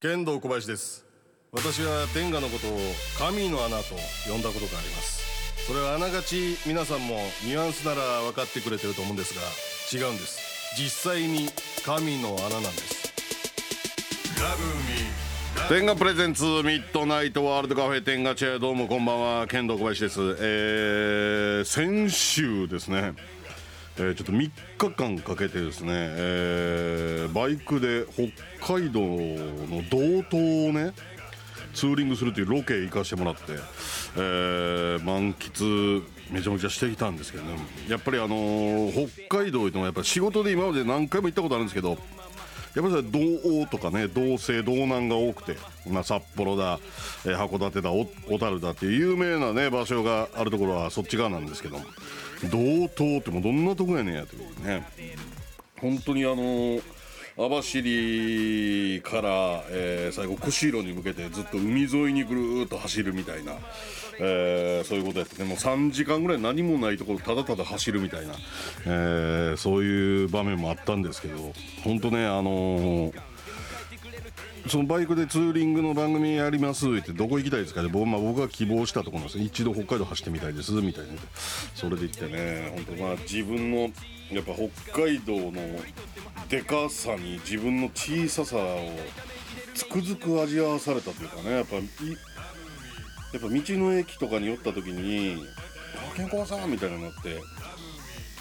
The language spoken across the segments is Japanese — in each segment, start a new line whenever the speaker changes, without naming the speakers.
剣道小林です私は天下のことを神の穴と呼んだことがありますそれはあながち皆さんもニュアンスなら分かってくれてると思うんですが違うんです実際に神の穴なんです天下プレゼンツミッドナイトワールドカフェ天下チェアどうもこんばんは剣道小林ですえー、先週ですねえーちょっと3日間かけてですね、えーバイクで北海道の道東をねツーリングするというロケ行かしてもらって、えー満喫めちゃめちゃしてきたんですけどねやっぱりあのー北海道行ってもやっぱ仕事で今まで何回も行ったことあるんですけどやっぱりそれ道央とかね道西道南が多くて、まあ、札幌だ、えー函館だお小樽だっていう有名なね場所があるところはそっち側なんですけども道東ってもうどんなとこやねんやというね本当にあのー網走から、えー最後釧路に向けてずっと海沿いにぐるーっと走るみたいな、えーそういうことやっててもう3時間ぐらい何もないところただただ走るみたいな、えーそういう場面もあったんですけど本当ねあのーそのバイクでツーリングの番組やりますってどこ行きたいですかね僕,、まあ、僕が希望したところなんですね一度北海道走ってみたいですみたいなそれで行ってね本当まあ自分のやっぱ北海道のでかさに自分の小ささをつくづく味わわされたというかねやっぱいやっぱ道の駅とかに寄った時に「あ健康さん」みたいになって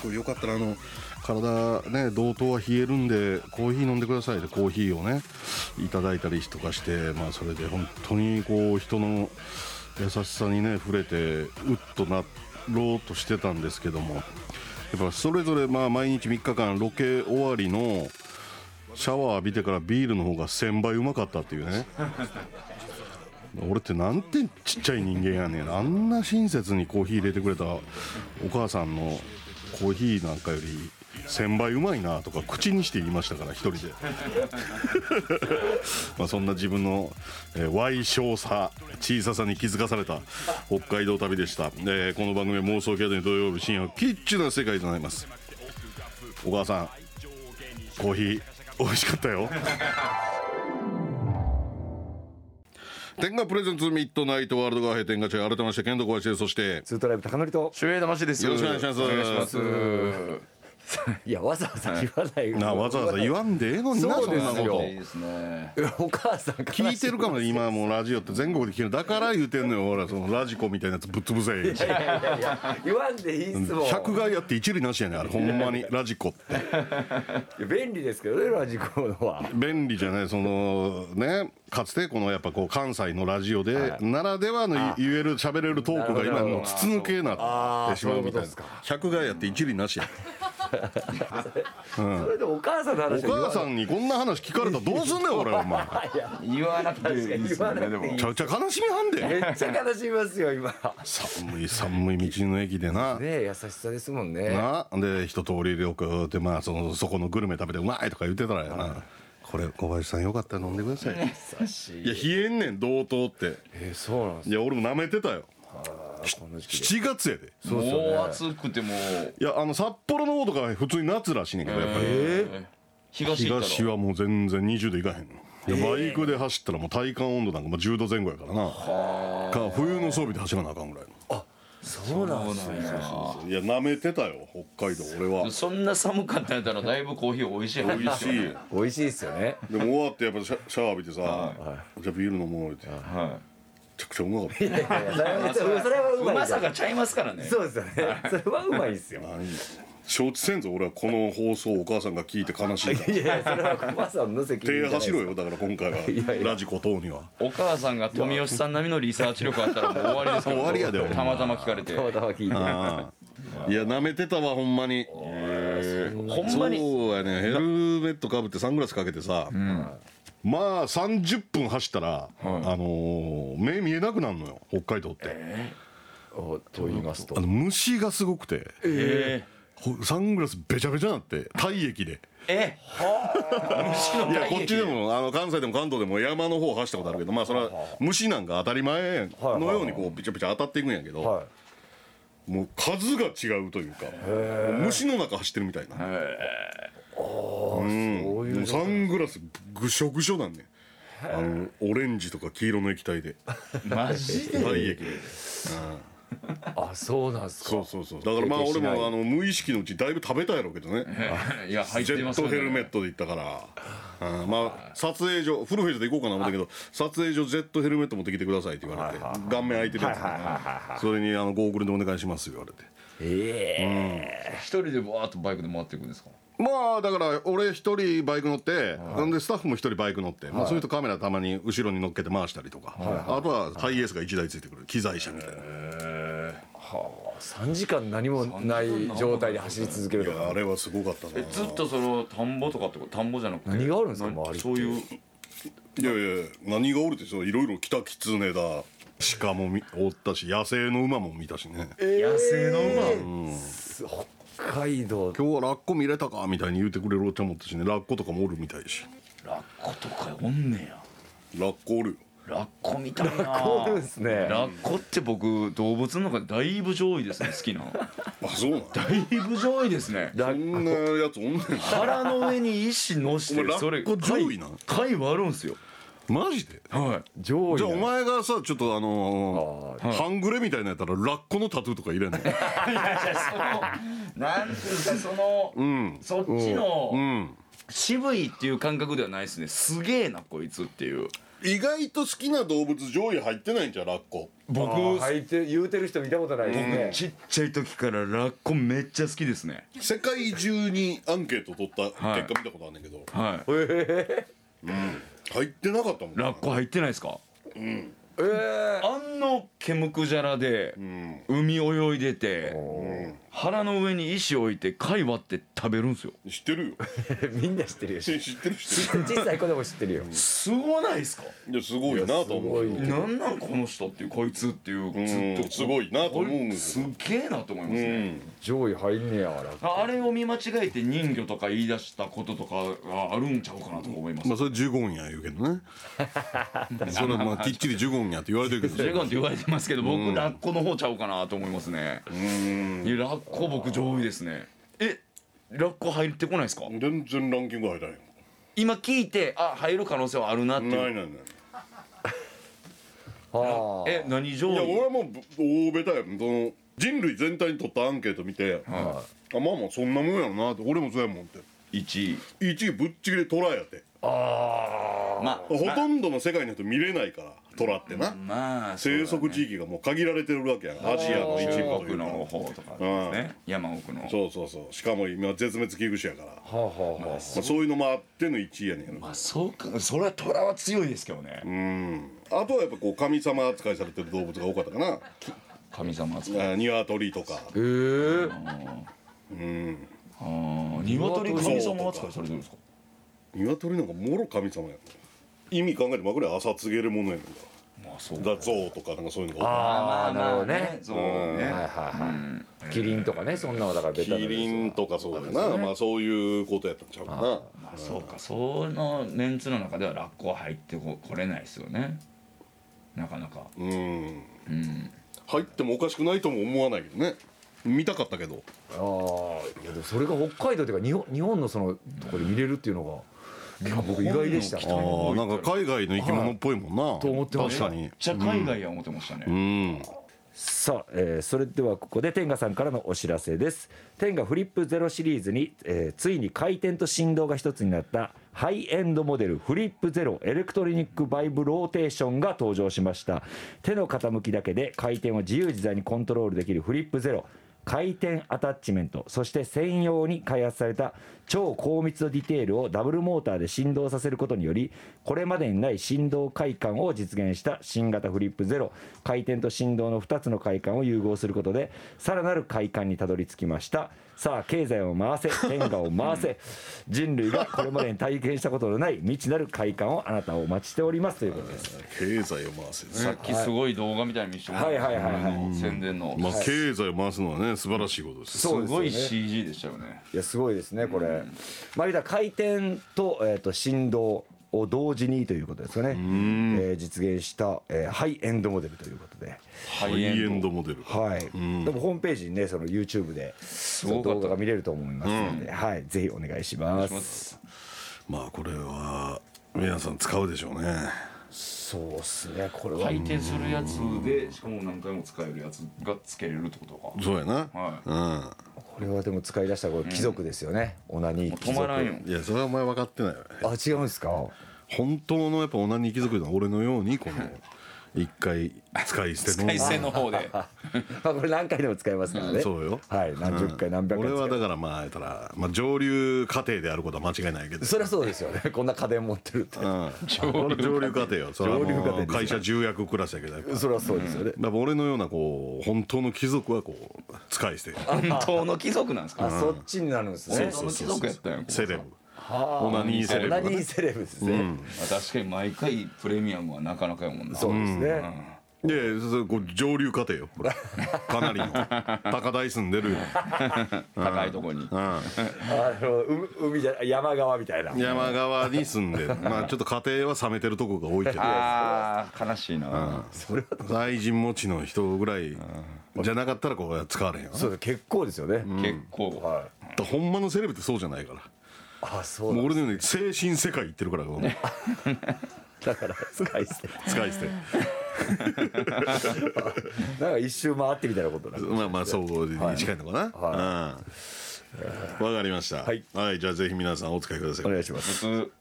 これよかったらあの体ね同等は冷えるんでコーヒー飲んでくださいでコーヒーをねいただいたりとかしてまあそれで本当にこう人の優しさにね触れてうっとなろうとしてたんですけどもやっぱそれぞれまあ毎日3日間ロケ終わりのシャワー浴びてからビールの方が1000倍うまかったっていうね俺ってなんてちっちゃい人間やねんあんな親切にコーヒー入れてくれたお母さんのコーヒーなんかより1000倍うまいなとか口にして言いましたから一人で まあそんな自分のえー矮小さ小ささに気づかされた北海道旅でした、えーこの番組は妄想キャドに土曜日深夜はキッチュな世界となりますお母さんコーヒー美味しかったよ天下プレゼンツミッドナイトワールドカフェ天下中改めまして剣道小林ですそして
ツートライブ高則と。
主演魂です。
よろしくお願いします
お願いします。
いや、わざわざ言わない。
なわざわざ言わんでええのにな
そ
そ
うんで
な
す
こ
よ
と
いいですね。
お母さんから。
聞いてるかもね今もうラジオって全国で聞けるだから言うてんのよほらそのラジコみたいなやつぶっ潰せ
いやいやいや、言わんでいいっすもん。
百害あって一理なしやねんあれほんまにラジコって
いや便利ですけどね、ラジコのは。
便利じゃないそのねかつてこのやっぱこう関西のラジオでならではのい言える喋れるトークが今もう筒抜けになってしまうみたい
あーそういうこと
な
ですか
百害あって一理なしや
それでお母さんの
お
話を言わ
母さんにこんな話聞かれたらどうすんねん俺お 前
言わなくていいですよね。でも
ちゃうちゃう悲しみはんで
めっちゃ悲しみますよ、今。
寒い寒い道の駅でな
ねえ、優しさですもんね。
なで一通り旅行でまあそのそこのグルメ食べてうまいとか言ってたらやなこれ小林さんよかったら飲んでください
優し
いや
い。
冷えんねん同等って
えー、そうなんです
いや俺も舐めてたよ
この時期。
7月やで
うですよね
もう暑くても
いやあの札幌の方とかは普通に夏らしいねんけどやっぱり
東行った
東
ら
はもう全然20度いかへんのでバイクで走ったらもう体感温度なんかもう10度前後やからなか冬の装備で走らなあかんぐらいの
そうなんですね。
いや舐めてたよ北海道俺は
そんな寒かったんやったらだいぶコーヒー美味しいはず
美
で
味
す
し
よ。
い
美味しいですよね。
でも終わってやっぱシャシャワー浴びてさ、じゃあビール飲もうよって、め
は。
ちゃくちゃうまかった
いやいやいやそれはそれはそれはいう
う
まい
ま
です
さ
よ。
がちゃいますからね。
そうですよね。それはうまいですよ。
承知せんぞ俺はこの放送をお母さんが聞いて悲しいから
いやいや、それはお母さんの責任じ
手
ゃないで
走
す
ろよだから今回
やい
は
や
ラジコ等には
お母さんが富吉さん並みのリサーチ力あったらもう終わりですから。
終わりやで
たまたま聞かれて。
た
ほ
またま聞いて。
ああいや舐めてたわほんまに
んまに
そうやねヘルメットかぶってサングラスかけてさ、まあ30分走ったら、あのー目見えなくなるのよ北海道って、
おと言いますと
あ。の虫がすごくて、
え
ほサングラスべちゃべちゃなって体液で
ーえ。虫 の
い
大
や
液
こっちでもあの関西でも関東でも山の方走ったことあるけどまあそれは虫なんか当たり前のようにこうピチャピチャ当たっていくんやけど、
はい。
もう数が違うというか虫の中走ってるみたいな、
そう
もうサングラスぐしょぐしょなんねんあのオレンジとか黄色の液体で
マジで
体液で
あそうなんすか
そうそうそうだからまあ俺もあの無意識のうちだいぶ食べたやろうけどね
いや入っ
ジ
て
ェ
ま
ッ
す
ト
よ
ヘ
ね
ルメットで行ったから、うんまあ撮影所フルフェイスで行こうかな思ったけど撮影所ジェットヘルメット持ってきてくださいって言われて顔面開いてるやつ
はいはいはい
ねそれにあのゴーグルでお願いします言われて
ええ
一人でバーッとバイクで回っていくんですか
まあだから俺一人バイク乗って、なんでスタッフも一人バイク乗って、まあ、そういうとカメラたまに後ろに乗っけて回したりとか、あとはハイエースが1台ついてくる機材車みたいな、
3時間何もない状態で走り続けると
いや
か
あれはすごかったな
えずっとその田んぼとかってこと田んぼじゃなくて
何があるんですか
な
周りって
そういう
いやいや何がおるってそういろいろ北キツネだ鹿も見おったし野生の馬も見たしね
野生の馬、
北海道
今日はラッコ見れたかみたいに言うてくれるおっちゃんもおったしねラッコとかもおるみたいし
ラッコとかおんねや
ラッコおるよ
ラッコみたいなラッ
コおるんすね
ラッコって僕動物の中でだいぶ上位ですね好きな
あそうなん
だいぶ上位ですね
そんなやつおんねん
腹の上に石のし
お前
て
ラッコ
それ
上位なの
貝はあるんすよ
マジで
は
上位
じゃあお
な
前がさちょっとあの
あー
ー半グレみたいなやったらラッコのタトゥーとか入れんの
いなんていうかその、
うん
そっちの、
うん
渋いっていう感覚ではないですねすげえなこいつっていう
意外と好きな動物上位入ってないんじゃうラッコ
僕
あー履いて言うてる人見たことないですね、
ちっちゃい時からラッコめっちゃ好きですね
世界中にアンケート取った結
はい
果見たことあるんだけど、
はい
入ってなかったもんな
ラッコ入ってないですか
ええ
あんの毛むくじゃらで海泳いでて腹の上に石置いて貝割って食べるんですよ
知ってるよ
みんな知ってるよ
知ってる知ってる
小さい子でも知ってるよ
すごないですか
いやすごいなと思う
いやすごい
よ
なんなんこの人っていうこいつっていうずっ
う
と
んすごいなと思うんです
す
よ
げえなと思います
う
ね
ん
上位入んねやから
ああれを見間違えて人魚とか言い出したこととかがあるんちゃうかなとか思います
まあそれ十五音や言うけど ねそれはまあきっちり十五音やって言われてるけど
ジェゴンって言われてますけど僕ラッコの方ちゃうかなと思いますねいやラッコ僕上位ですねえラッコ入ってこないですか
全然ランキング入らへん
今聞いてあ入る可能性はあるなって
ないいうないない
はあ
え何上
いや俺
位
はもうぶ大ベタやその人類全体に取ったアンケート見て、あまあまあそんなもんやろなって俺もそうやもんって
1位
1位ぶっちぎりトラやって
まあ
ほとんどの世界の人見れないからトラってな、
まあ
生息
位
地域がもう限られてるわけやんアジアの一部とい
国
うか
の方とかですね山奥の
そうそうそうしかも今絶滅危惧種やから、ま
はあはあは
あ、そういうのもあっての1位やねんけど
まあそうかそれは虎は強いですけどね
うんあとはやっぱこう神様扱いされてる動物が多かったかな
神様扱い
あニワトリとか
あへえ
あー鶏神様扱いされてるんですか
ニワトリなんかもろ神様やん意味考えてまぐれ朝告げるものやねんか
まあそう
らだゾウとかなんかそういうのが
ああなるほどね
そうね
はいはいはいキリンとかねそんなのだからベタな
キリンとかそうだよなまあそういうことやったんちゃうかな
まあそうかそのメンツの中ではラッコは入ってここれないですよねなかなか
うん入ってもおかしくないとも思わないけどね見たかったけど
ああいやでもそれが北海道というか日本日本のそのところで見れるっていうのがいや僕意外でした
日
ね
本の
ああなんか海外の生き物っぽいもんな、
と思ってました
確かに
じゃあ海外や思ってましたね、
うん
さあ、えーそれではここで天賀さんからのお知らせです天賀フリップゼロシリーズに、えーついに回転と振動が一つになったハイエンドモデルフリップゼロエレクトロニックバイブローテーションが登場しました手の傾きだけで回転を自由自在にコントロールできるフリップゼロ回転アタッチメントそして専用に開発された超高密度ディテールをダブルモーターで振動させることによりこれまでにない振動快感を実現した新型フリップゼロ回転と振動の2つの快感を融合することでさらなる快感にたどり着きましたさあ経済を回せ天下を回せ人類がこれまでに体験したことのない未知なる快感をあなたをお待ちしておりますということです
経済を回せ
さ
ね
っきすごい動画みたいに見せてもらった、
はいはいはいはい
あの宣伝の、
まあ経済を回すのはね素晴らしいことです
す
そうですよ
ご
ね
い CG でしたよね
いやすごいですねこれ、まあ言うたら回転と,、えー、と振動を同時にということですよね、えー実現した、えーハイエンドモデルということで、
ハ
ハ
イエンドモデル
はいでもホームページにねその YouTube でその
ごかった
動画が見れると思いますので、はい、ぜひお願いします
まあこれは皆さん使うでしょうね
そうっすねこれは、
回転するやつでしかも何回も使えるやつがつけれるってことか
そうやな、
これはでも使い出したらこれ貴族ですよね、オナニー貴
止
族
まらんよ
うんいやそれはお前分かってないわ
あ違うんですか
本当のやっぱオナニー貴族の俺のようにこの一回使い捨ての
回線の方 で
まあこれ何回でも使えますからね、
そうよ
はい何十回何百回
俺
使
は
え
だからまあ言ったら、まあ、上流家庭であることは間違いないけど
そりゃそうですよねこんな家電持ってるって
上流上流家庭よそれはもう
上流家庭です
会社重役クラスやけどやっぱ
そりゃそうですよ
だ
ね、
から俺のようなこう本当の貴族はこう使い捨て
本当の貴族なんですか
あそっちになるんですね
本当の貴族やったんやここ
セレブ
あー
オナニーセレブ
オナニーセレブですね、
まあ確かに毎回プレミアムはなかなかやもんな
そうですね、
いやいやそれこう上流家庭よこ れかなりの高台住んでるよ
高いとこに
うん
あのう海じゃ山側みたいな
山側に住んでるまあちょっと家庭は冷めてるとこが多いけど
ああ悲しいな
大臣持ちの人ぐらいじゃなかったらこう使われへんよな
そうです結構ですよね、
結構
はい
ほんまのセレブってそうじゃないから
あそう
も
だ
う俺のように精神世界行ってるからこう
だから使い捨て
使い捨て
なんか一周回ってみたいなことなんか
まあまあそうに近いのかな
は
うんわかりました
はい
はいじゃあぜひ皆さんお使いくださ
お
い
願いします
普通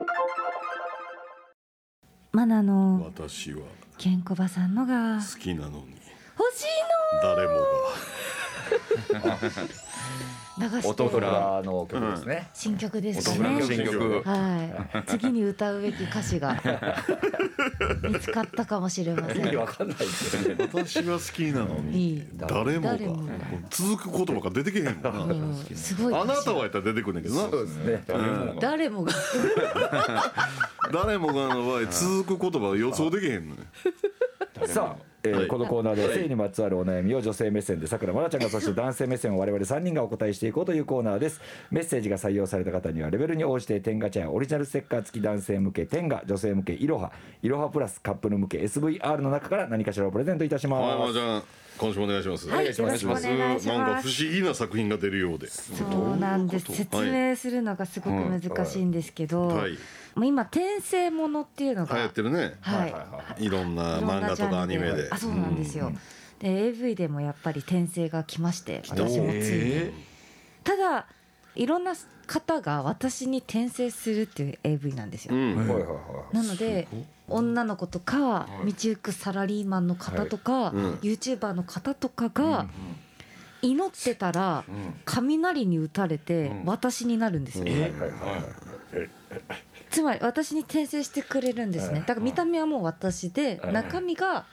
マナの
私は
ケンコバさんのが
好きなのに
欲しい
誰も
の流して
音フ
これ
ラ
はあの曲ですね、
新曲です
音フ
か
ラの
ね
新曲
はい次に歌うべき歌詞が見つかったかもしれませ
意味
ん
わかんないですよね
が 私は好きなの
い
に
い
誰もが
誰もが
続く言葉が出てけへん も
うんんすごい
な
歌詞
あなたはやったら出てくるんだけどな
そうですね
誰もが
誰もが
誰もがの場合続く言葉を予想できへんのよ
さあ、えー
はい
このコーナーでは性にまつわるお悩みを女性目線でさくらまなちゃんがそして男性目線を我々3人がお答えしていこうというコーナーですメッセージが採用された方にはレベルに応じて天ガちゃんやオリジナルステッカー付き男性向け天ガ女性向けいろはいろはプラスカップル向け SVR の中から何かしらをプレゼントいたし
はいま
ま
ー
す
ちゃん今週もお願いします
はいよろしくお願いし
なんか
ま
不
す
思議な作品が出るようで
そうなんです
どういう
説
こと
明するのがすごく難しいんですけど、
はい
もう今転生ものっていうのが
流行ってるね
はい
いろんない
ろんな
漫画
ジ
と
ャンル
かアニメで
あそうなんですよ、で AV でもやっぱり転生が来まして
た
私もついに、
え
ただいろんな方が私に転生するっていう AV なんですよ、
うん
はいはいは
なので女の子とか道行くサラリーマンの方とか、ユーチューバーの方とかが祈ってたら雷に打たれて私になるんですよ、
え
いはいはい
つまり私に転生してくれるんですねだから見た目はもう私で中身が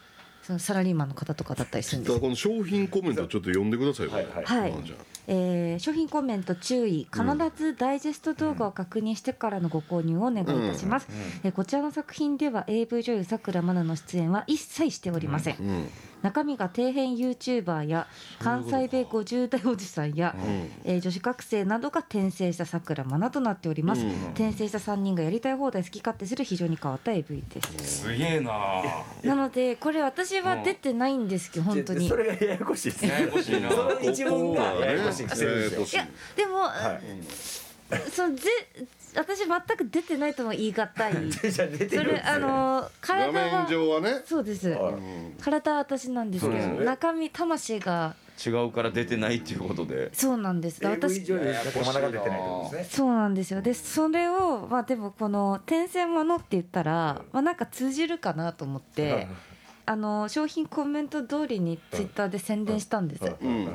そのサラリーマンの方とかだったりするん
じ
で
ゃあ
す
この商品コメントちょっと読んでくださいよ
はいはい
はい
まーちゃん
えー商品コメント注意必ずダイジェスト動画を確認してからのご購入をお願いいたします、えーこちらの作品では AV 女優さくらまなの出演は一切しておりません、
ん
中身が底辺 YouTuber や関西弁50代おじさんや、えー女子学生などが転生したさくらまなとなっております、転生した3人がやりたい放題好き勝手する非常に変わった AV です
すげえなや
なのでこれ私は出てないんですけど本当に
それがややこしいですね
やこしい な
その一文がややこしいしてるんですよ
ここはね
いやでも、そのぜ私全く出てないとも言い難い
じゃあ出てるんで
そ
すね
れあの
画
体
面
は
上はね
そうです体は私なんですけ
そ
ど、
うですね
中身魂が
違うから出てないっていうことで
そうなんですだから
AV
私
女優しか駒名が出てないってことですね
そうなんですよでそれをまあでもこの「転生もの」って言ったら、まあ、なんか通じるかなと思ってあの商品コメント通りにツイッターで宣伝したんです
うん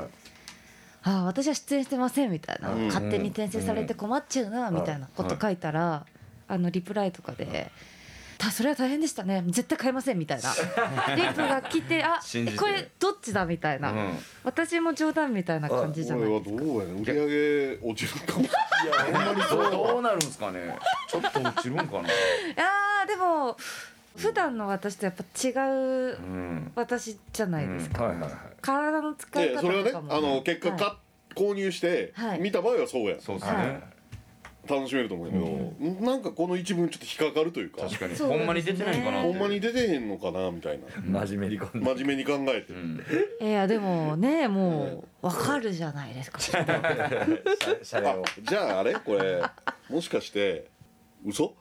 ああ私は出演してませんみたいな、
うん
勝手に転生されて困っちゃうなみたいなこと書いたら、あのリプライとかで。たそれは大変でしたね絶対買えませんみ たいなリプが来てあ
信じて
これどっちだみたいな、
うん
私も冗談みたいな感じじゃ
こ
な
れ
い
はどうやね売り上げ落ちるかも
どうどうなるんすかねちょっと落ちるんかな
あーでも普段の私とやっぱ違う
うん
私じゃないですか、
はいはいはい
体の使い
で
方
それはね
とかも
あの結果
はい
か購入して
はい
見た場合はそうや
そうっす
はい
ね
楽しめると思うけどなんかこの一文ちょっと引っかかるというか
確かに
そう
ほ
ですね
んまに出てないんかなって
ほんまに出てへんのかなみた いな
真面目にこんな
真面目に考えて
うん
いやでもねもうわかるじゃないですか
シャレ
あ
を
じゃああれこれもしかして嘘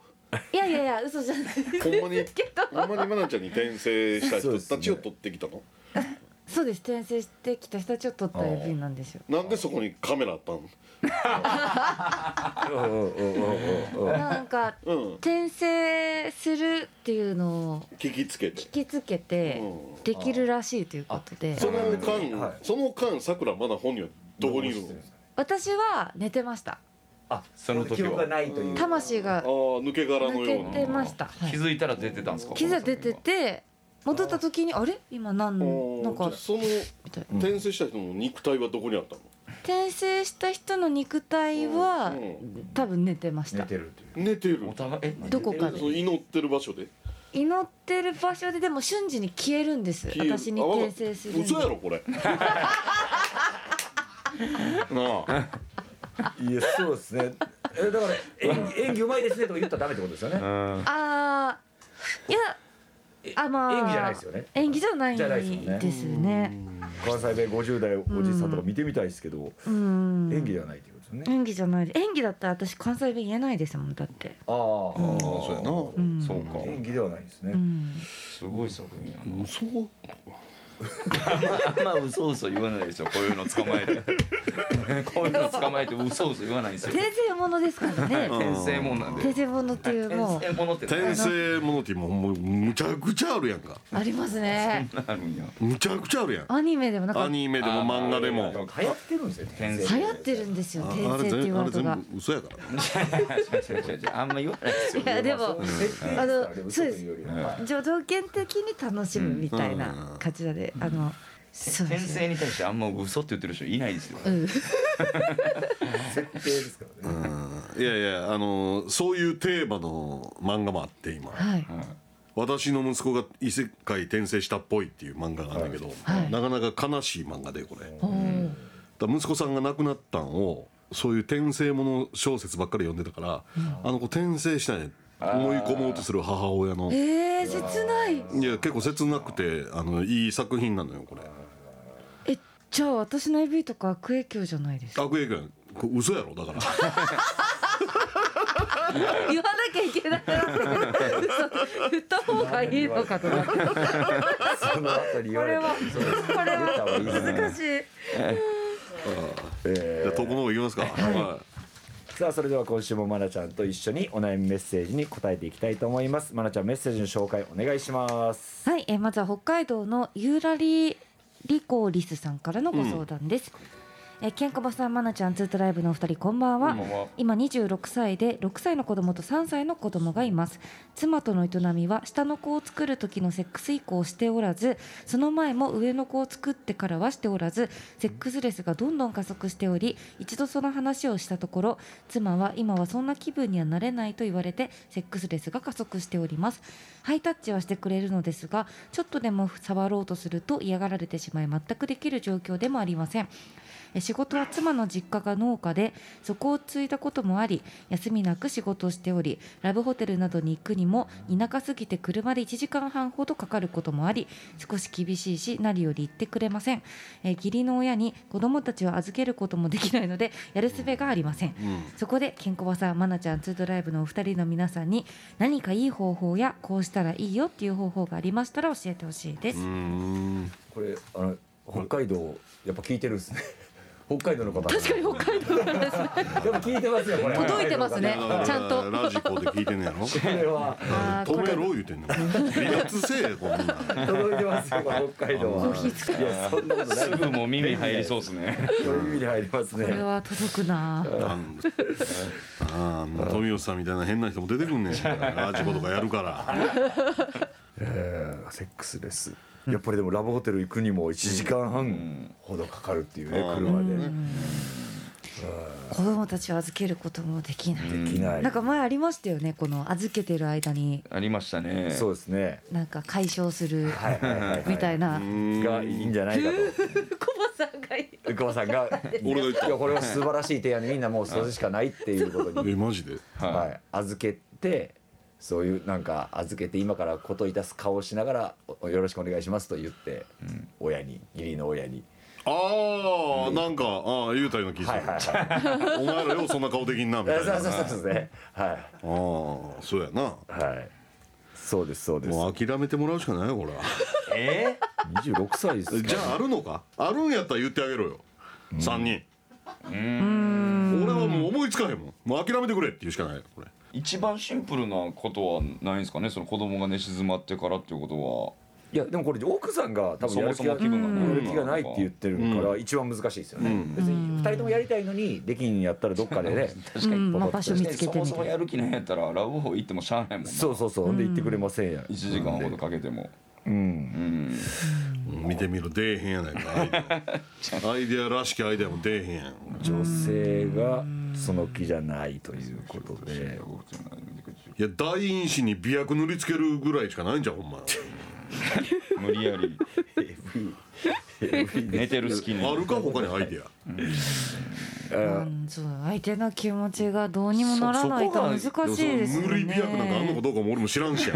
いやいやいや嘘じゃないです
ほんまに
けど
ほんまにマナちゃんに転生した人たちを
そうですね
取ってきたの、
そうです転生してきた人たちを撮った
あー
AV なんですよ
なんでそこにカメラあったの
うんうんうんうんうん
なんか
うん
転生するっていうのを
聞きつけて
聞きつけて
うん
できるらしいということで
その間、
はい
その間さくらまだ本人はどこにいるの
私は寝てました
あ
その時は
記憶がないという
魂
ああ
が
抜け殻のよう
抜
な
けてましたはい
気づいたら出てたんですか
傷が出てて戻った時にあれ今何
あ
の
ー
なんか
じゃあその
みたいな
転生した人の肉体はどこにあったの
転生した人の肉体は
うん
多分寝てました
るという
寝てる
お互いえ
どこか
そ
で
の祈ってる場所で
祈ってる場所ででも瞬時に消えるんです
消える
私に転生するんで
嘘やろこれなあ
いやそうですね えだから演演技うまいですねとか言ったらダメってことですよね
うん
あーいやあまあ
演技じゃないですよね
演技じゃない
じゃないですよね
ですね
関西弁50代おじさんとか見てみたいですけど、
うん
演技ではないということですよね、
演技じゃない演技だったら私関西弁言えないですもんだって
ああ、
うん
そうやな
うん
そうか
演技ではないですね、
うん
すごい作品やな
嘘
あん ま嘘嘘言わないですよこういうの捕まえて こういうの捕まえて嘘嘘言わないんですよ
転生ものですからね
転生もんなんで
転生ものっていうもう
転生ものって
転生ものって今もうむちゃくちゃあるやんか
ありますね
あるんや
むちゃくちゃあるやん
アニメでもなんか
ア
流
ニメでも漫画でも
なんか流行ってるんですよ転生
行ってるんですよ
あ
転
あれ
生っていう
全
ワ
あ
ー
れ
ド
全
が
部嘘やから
違う違う違う違うあんま言わないですよ
いやでも
あのそうですよりは
うん
はい
条件的に楽しむみたいな感じだであのそうで
転
す
生
ね
に対してあんま嘘って言ってる人いないですよ
うん
設定ですからね
いやいやあのそういうテーマの漫画もあって今
はい
私の息子が異世界転生したっぽいっていう漫画があるんだけど、
はい
なかなか悲しい漫画でこれ、だか
おー
ら息子さんが亡くなったんをそういう転生もの小説ばっかり読んでたから、あの子転生したね思い込もうとする母親のい
えー切ない
や結構切なくてあのいい作品なのよこれ
えじゃあ私の AV とか悪影響じゃないですか
悪影響やんこれ嘘やろだから
言わなきゃいけない嘘言った方がいいのかとかこ
その後に言われ
れ
て
は
そうです
こ
出
れ
た
は
方がいいですね
難しい
じゃあ投稿の方いきますか、は
さあそれでは今週もまなちゃんと一緒にお悩みメッセージに答えていきたいと思いますまなちゃんメッセージの紹介お願いします
はい、えーまずは北海道のユーラリリコーリスさんからのご相談です。えーケンコバさん、マナちゃん、ツートライブのお二人、こんばん
こ
は。
んばんは
今26歳で、6歳の子供と3歳の子供がいます。妻との営みは、下の子を作る時のセックス以降しておらず、その前も上の子を作ってからはしておらず、セックスレスがどんどん加速しており、一度その話をしたところ、妻は今はそんな気分にはなれないと言われて、セックスレスが加速しております。ハイタッチはしてくれるのですが、ちょっとでも触ろうとすると嫌がられてしまい、全くできる状況でもありません。え仕事は妻の実家が農家で、そこを継いだこともあり、休みなく仕事をしており、ラブホテルなどに行くにも、田舎すぎて車で1時間半ほどかかることもあり、少し厳しいし、何より言ってくれません。え義理の親に子供たちを預けることもできないので、やるすべがありません
いうん
そこでケンコバさん、マナちゃん、ツードライブのお二人の皆さんに何かいい方法やこうしたらいいよっていう方法がありましたら教えてほしいです。
うーん
これあの北海道やっぱ聞いてるんですね北海道の方
確かに北海道からですね。
でも聞いてますよこれ
届いてますね
だから
ちゃんと
ラジコで聞いてんね やろ
これは
あー
止
こ
め
れ
ろ言うてんねん離脱せえこんなん
届いてますよこれ北海道は
コーヒー使
いやそんなことない
すぐもう耳入りそうですね
これ耳に入りますね
これは届くな。
あんあーもう富吉さんみたいな変な人も出てくんねんラジコとかやるから
えーセックスレスやっぱりでもラブホテル行くにも1時間半ほどかかるっていうね、車で、
子供たちを預けることもできない。
できない
なんか前ありましたよね。この預けてる間に
ありましたね
そうですね
なんか解消する
はいはいはい、はい、
みたいな。
がいいんじゃないか
コバさんがいい。
と久保さんが「
俺が言った
いやこれは素晴らしい提案でみんなもうそれしかない」っていうこと に、
えマジで
は
はい、預けてそういうなんか預けて今からこといたす顔をしながら「およろしくお願いします」と言って、親に義理の親に
あああなんかああ言うたような気が
はいはい はい
するお前らようそんな顔できんなみた
そう
いなあ
そうそうそうですねはい
あそうやな
はい。そうですそうです。
もう諦めてもらうしかないよこれは
え二十六歳で すか。
じゃああるのかあるんやったら言ってあげろよ3人俺はもう思いつかへんもんもう諦めてくれって言うしかないよこれ
一番シンプルなことはないんですかねその子供が寝静まってからっていうこと
いやでもこれ奥さんが多分やる気が
そもそも気分が
やる気がないって言ってるから一番難しいですよね。別に二人ともやりたいのにできんやったらどっかでね。
確かにうんまあ
ポコッと
場所見
し
つ
て
け
は
てみ
そ
たい
もそもやる気ないんやったらラブホ行ってもしゃあないもんな
そうそうそう。で言ってくれませんや。
1時間ほどかけても
うん。
うん
見てみろ出えへんやないかアイデアアイ デアらしきアイデアも出えへんやん
女性がその気じゃないということで。
いや大陰子に媚薬塗りつけるぐらいしかないんじゃんほ んま
無理やり 寝てる隙に
あるか他にアイデア
うんそう相手の気持ちがどうにもならないと難しいです
そ
よ
の塗り媚薬なんかあんのか
ね。
どうかも俺も知らん しや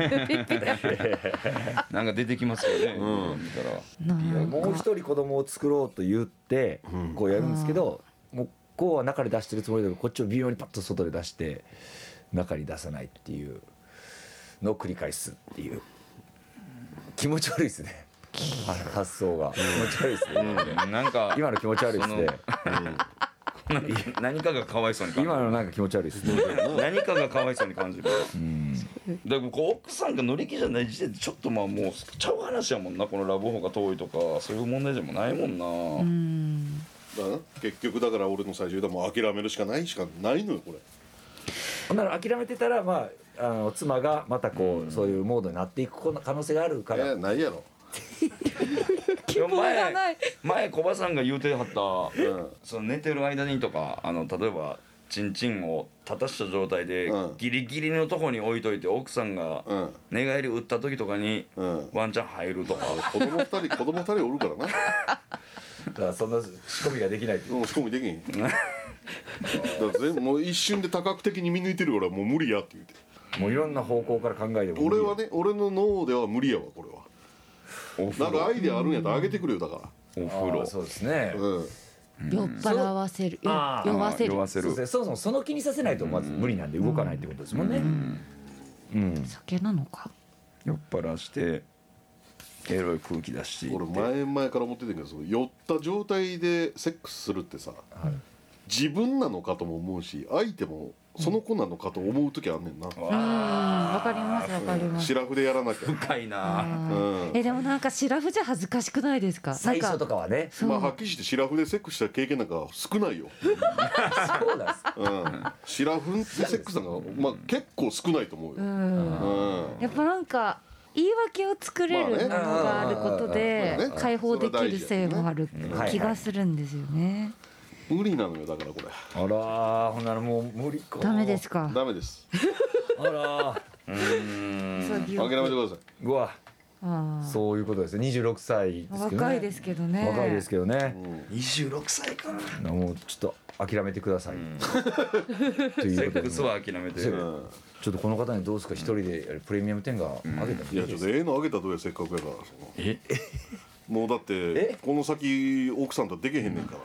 なんか出てきますよね、見たら
なんか
もう一人子供を作ろうと言ってこうやるんですけど、もうこうは中で出してるつもりだけどこっちを微妙にパッと外で出して中に出さないっていうのを繰り返すっていう気持ち悪いですねあの発想が気持ち悪いですね
なんか
今の気持ち悪いですね
何かがかわいそうに感じ
今
る
のなんか気持ち悪いですね
何かがかわいそうに感じるでもこう奥さんが乗り気じゃない時点でちょっとまあもうちゃう話やもんなこのラブホが遠いとかそういう問題でもないもんな、
うん
結局だから俺の最終だもう諦めるしかないしかないのよ これ
ほんなら諦めてたらまああの妻がまたこうそういうモードになっていくこの可能性があるから
ないやろ
がな
前
い
前コバさんが言うてはった、
うん
その寝てる間にとかあの例えばチンチンを立たした状態で、
うん
ギリギリのとこに置いといて奥さんが
うん
寝返り打った時とかに、
うん
ワンチャン入るとか、
子供二 人子供二人おるからな
だからそんな仕込みができないっていう
うん仕込みできへん だから全部もう一瞬で多角的に見抜いてるからもう無理やって言うて
もういろんな方向から考えても
俺はね俺の脳では無理やわこれは
お
な
風
んか
呂
アイデアあるんやったらあげてくれよだか
お
あー
風呂
そうですね
ら、うん
酔っ払わせるよ
あー
酔わせる
酔わせ
そうです
る
ねそもそもその気にさせないとまず無理なんで動かないってことですもんねうん
酒なのか
酔っ払してエロい空気出していって
俺前々から思ってたけどその酔った状態でセックスするってさ
はい
自分なのかとも思うし相手もその子なのかと思う時あんねんな、
うんわかりますわかります
シラフでやらなきゃ、
深いな
うん
うん
えでもなんかシラフじゃ恥ずかしくないですかなん
最初
か
とかはね
そう
まあはっきりしてシラフでセックスした経験なんか少ないよ、
そうなんです
うん、シラフでセックスなんか、まあ、結構少ないと思う
う
よ、
ん
うん
やっぱなんか言い訳を作れるもの
まあね
があること
う
で
んまあね
解放できる性もある
うん
気がするんですよね。
無理なのよだからこれ
あらーほんならもう無理か
ダメですか。
ダメです
あらー
そう疑
諦
惑
めてくださいう
わ
ああ
そういうことですね26歳ですけどね
若いですけどね。
若いですけどね
26歳か
もうちょっと諦めてくださいとい
セ
うこと
ック
で
スは諦めて
そう
うん
ちょっとこの方にどうですか一人でやるプレミアム10があげた
いやちょっとええのあげたらどうやせっかくやからそのもうだってこの先奥さんとはできへんねんか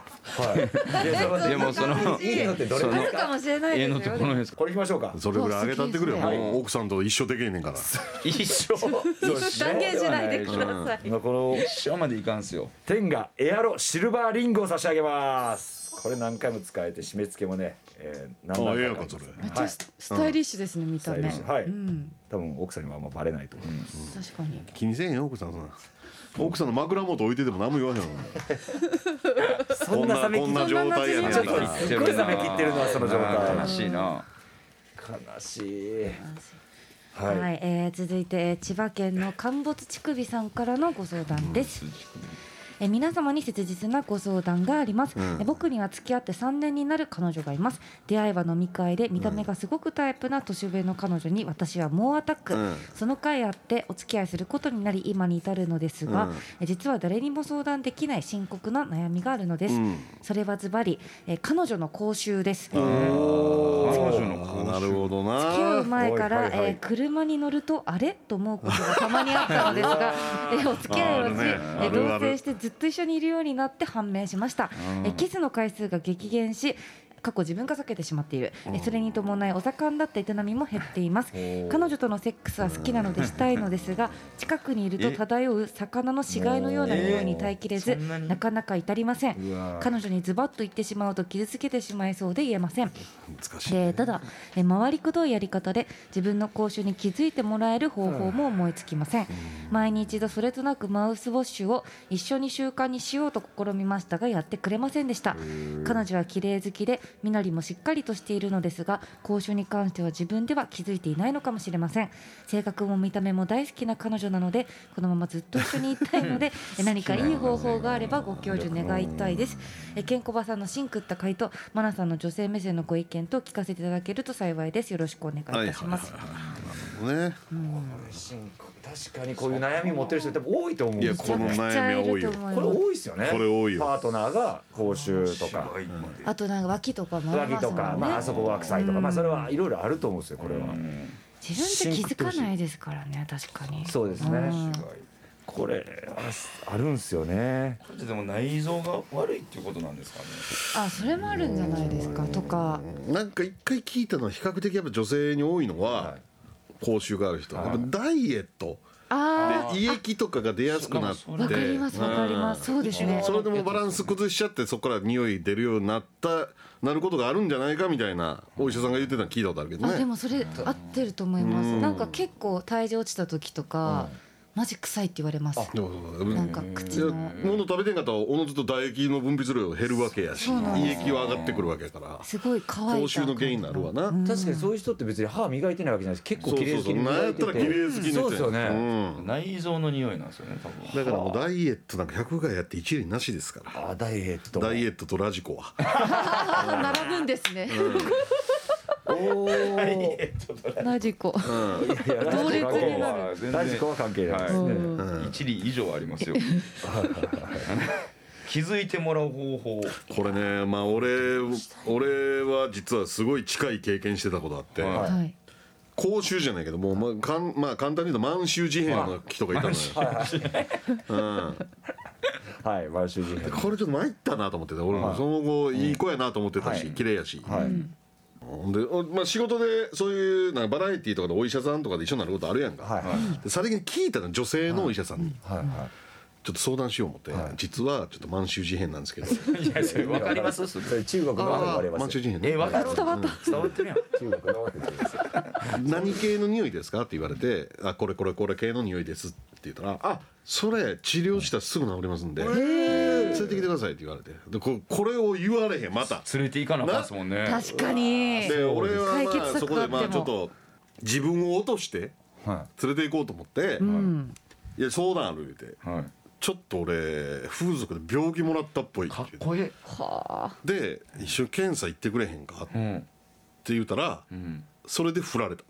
ら
はいいやそれは
でもその
いいのってどれ
あるかもしれない
家
で
の
す
と
よ
こ。ろですか
これいきましょうか
それぐらいあげたってくれよ
はい
もう奥さんと一生できへんねんから
一生
そうですね
断言しないでください。
今この
一生までいかんすよ
天がエアロシルバーリングを差し上げますこれ何回も使えて締め付けもね、えー、何
あええ
回
やん
も
かそれ
めっちゃススタイリッシュですね見た
スタイリ
目。
ッシュはい
うん
多分奥さんにはあんまバレないと思います、
確かに。
気にせえへんよ奥さんそんな奥さんの枕元置いてても何も言わへんわ
そんな冷め
こ
切
ん
っ
な状態やねんか
ちょっと
ら
すっごい冷め切ってるのはその状態
なあ悲しいな
悲しいは、
はいい、えー続いてえー千葉県の陥没乳首さんからのご相談です。えー皆様に切実なご相談があります、えー僕には付き合って3年になる彼女がいます出会いは飲み会で見た目がすごくタイプな年上の彼女に私は猛アタック、
うん
その回あってお付き合いすることになり今に至るのですが、
うん
えー実は誰にも相談できない深刻な悩みがあるのです、
うん
それはズバリえー彼女の口臭です、
彼女
あ
の
なるほど
付き合
な
う前から、
はいはいはい
えー車に乗るとあれと思うことがたまにあったのですが、えーお付き合いをし、
あるね
えー
あるある
同棲してずずっと一緒にいるようになって判明しました、えキスの回数が激減し過去自分が避けてしまっている、えそれに伴いお盛んだった営みも減っています彼女とのセックスは好きなのでしたいのですが近くにいると漂う魚の死骸のような匂いに耐えきれず、
そんなに
なかなか至りません
うわ
彼女にズバッと言ってしまうと傷つけてしまいそうで言えません
難しい
でただえー回りくどいやり方で自分の口臭に気づいてもらえる方法も思いつきません毎日一度それとなくマウスウォッシュを一緒に習慣にしようと試みましたがやってくれませんでした彼女は綺麗好きで身なりもしっかりとしているのですが口臭に関しては自分では気づいていないのかもしれません性格も見た目も大好きな彼女なのでこのままずっと一緒にいたい のでえ何かいい方法があればご教授願いたいですえケンコバさんのシンクった回答マナさんの女性目線のご意見と聞かせていただけると幸いですよろしくお願いいたします、
ね
確かにこういう悩み持ってる人多分多いと思うん
いや
です
こ
よ
の
めちゃくちゃ
悩みは
い
多
る
い
と
よ
思
これ
います
多いですよね
これ多いよ
パートナーが口臭とか
あとなんか脇とかもあ
上
り
着
ます
と
もんね
か、まあ、あそこは臭いとか、まあ、それはいろいろあると思うんですよこれは、
自分で気づかないですからね確かに
そうですね
ん
これああるんですよね
これってでも内臓が悪いっていうことなんですかね
あそれもあるんじゃないですかとか
なんか一回聞いたのは比較的やっぱ女性に多いのは口臭がある人、やっぱダイエット
あ
で胃液とかが出やすくなって
そう
あわかりますわかりますそうですね
それでもバランス崩しちゃってそこから匂い出るようになったなることがあるんじゃないかみたいなお医者さんが言ってたの聞いたことあるけど
あで
ね
もそれ合ってると思いますなんか結構体重落ちた時とかマジ臭いって言われます
でもそうだ
なんか口の
物食べてんかったらおのずと唾液の分泌量が減るわけやし
そうなん
胃
です
液は上がってくるわけやから
すごい乾いた
口臭の原因になるわな、
確かにそういう人って別に歯磨いてないわけじゃないです結構
そう
綺麗
そう
好
そ
き
う
に
なん
磨
や
い
ってたら
て
綺麗好き
そうですよね、
うん、
内臓の匂いなんですよね多分
だからもうダイエットなんか百害やって一例なしですから
あダイエット
ダイエットとラジコは
あ並ぶんですね
おおー
ラジコ
いやいや
同列になる
は全然
ラジコは関係ないですね、
うん
一理以上ありますよ気づいてもらう方法
これねまあ俺俺は実はすごい近い経験してたことあって、
はい
はい
口臭じゃないけどもう、まあかんまあ、簡単に言うと満州事変の人がいたのよ、
はい毎週人
でこれちょっと参ったなと思ってて俺もその後いい子やなと思ってたし、
はい
綺麗やし、
はい、
ほんで、おまあ、仕事でそういうなんかバラエティーとかでお医者さんとかで一緒になることあるやんか、
はい
でさりげに聞いたの女性のお医者さんに、
はいは
ちょっと相談しよう思って、実はちょっと満州事変なんですけど
いやそれ
い
わかります
それ中国のあれ
あ
あり
ー
ま
満
す
州事
よ
変ね
えわかる伝わった伝わってるやん
中国のって言ってますよ
何系の匂いですか?」って言われて「あこれこれこれ系の匂いです」って言ったら「あそれ治療したらすぐ治りますんで連れてきてください」って言われてでここれを言われへんまた
連れて行かなあかんですもんね
確かに
で俺は
解
ま
決
あそ
策
こ
が
で
あっても
まあちょっと自分を落として
は
連れて行こうと思って
うん
「いや相談ある」言うて
いはい
「ちょっと俺風俗で病気もらったっぽい」
かっこいい
はあ
で「一緒に検査行ってくれへんか?」っ
う
て
ん
言うたら
うん
それで振られた。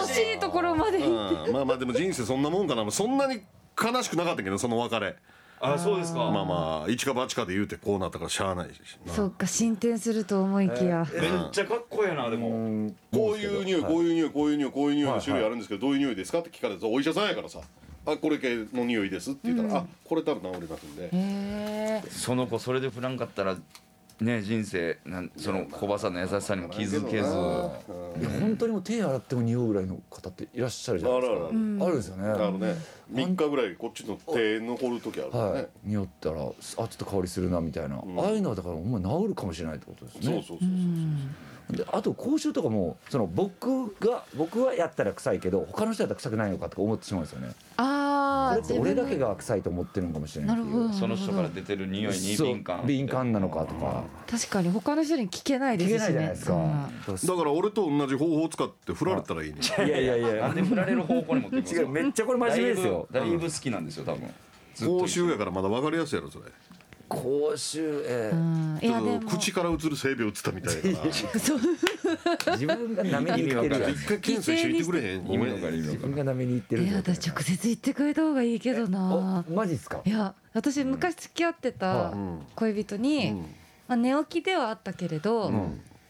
惜しいところまで
うんまあまあでも人生そんなもんかなそんなに悲しくなかったけどその別れ
あそうですか
まあまあ一か八かで言うてこうなったからしゃあないしな
そっか進展すると思いきや
めっちゃかっこいいなでも
こういう匂いこういう匂いこういう匂いこういう匂いの種類あるんですけどどういう匂いですかって聞かれてお医者さんやからさ「あこれ系の匂いです」って言ったら「あこれ多分治りますんで
へえ
その子それで振らんかったらね人生なんその小バさんの優しさにも気づけず
うん
いや本当にもう手洗っても匂うぐらいの方っていらっしゃるじゃない
あ
で
る
すか。
あるあ
う
る
ん
あるんですよね。
あるね3日ぐらいこっちの手残る時あるから
は
ね
い。匂ったらあちょっと香りするなみたいな、
ん
ああいうのはだからほんま治るかもしれないってことです
そう
ね。
そうそう
うん
で
あと口臭とかもその僕が僕はやったら臭いけど他の人やったら臭くないのかとか思ってしまうんですよね
ああ
それって俺だけが臭いと思ってるのかもしれな
ないるほど
その人から
なる
出てる匂いに
そう
敏感
敏感なのかとか
ほど確かに他の人に聞けないですし
聞け
ね
ないじゃないです
そ
だ
か
んな
から俺と同じ方法を使って振られたらいいね
いやいやい
なん
や
で振られる方向に持っていくん で
違
す
う
か
めっちゃこれ真面目ですよ
だいぶだいぶ好きなんですよ多分ずっと
口臭やからまだ分かりやすいやろそれ
口臭え
うんい
ち
やで
ょっ
も
と口からうつる性病うつったみ たいやから
え自分が舐めに行ってるやん
一回検査一緒に行ってくれへん
意味のか意味
自
の
分
か
が舐めに行ってる
いや私直接言ってくれた方がいいけどな
おマジっすか
いや私昔付き合ってた
うん
恋人に、
うん
まあ、寝起きではあったけれど、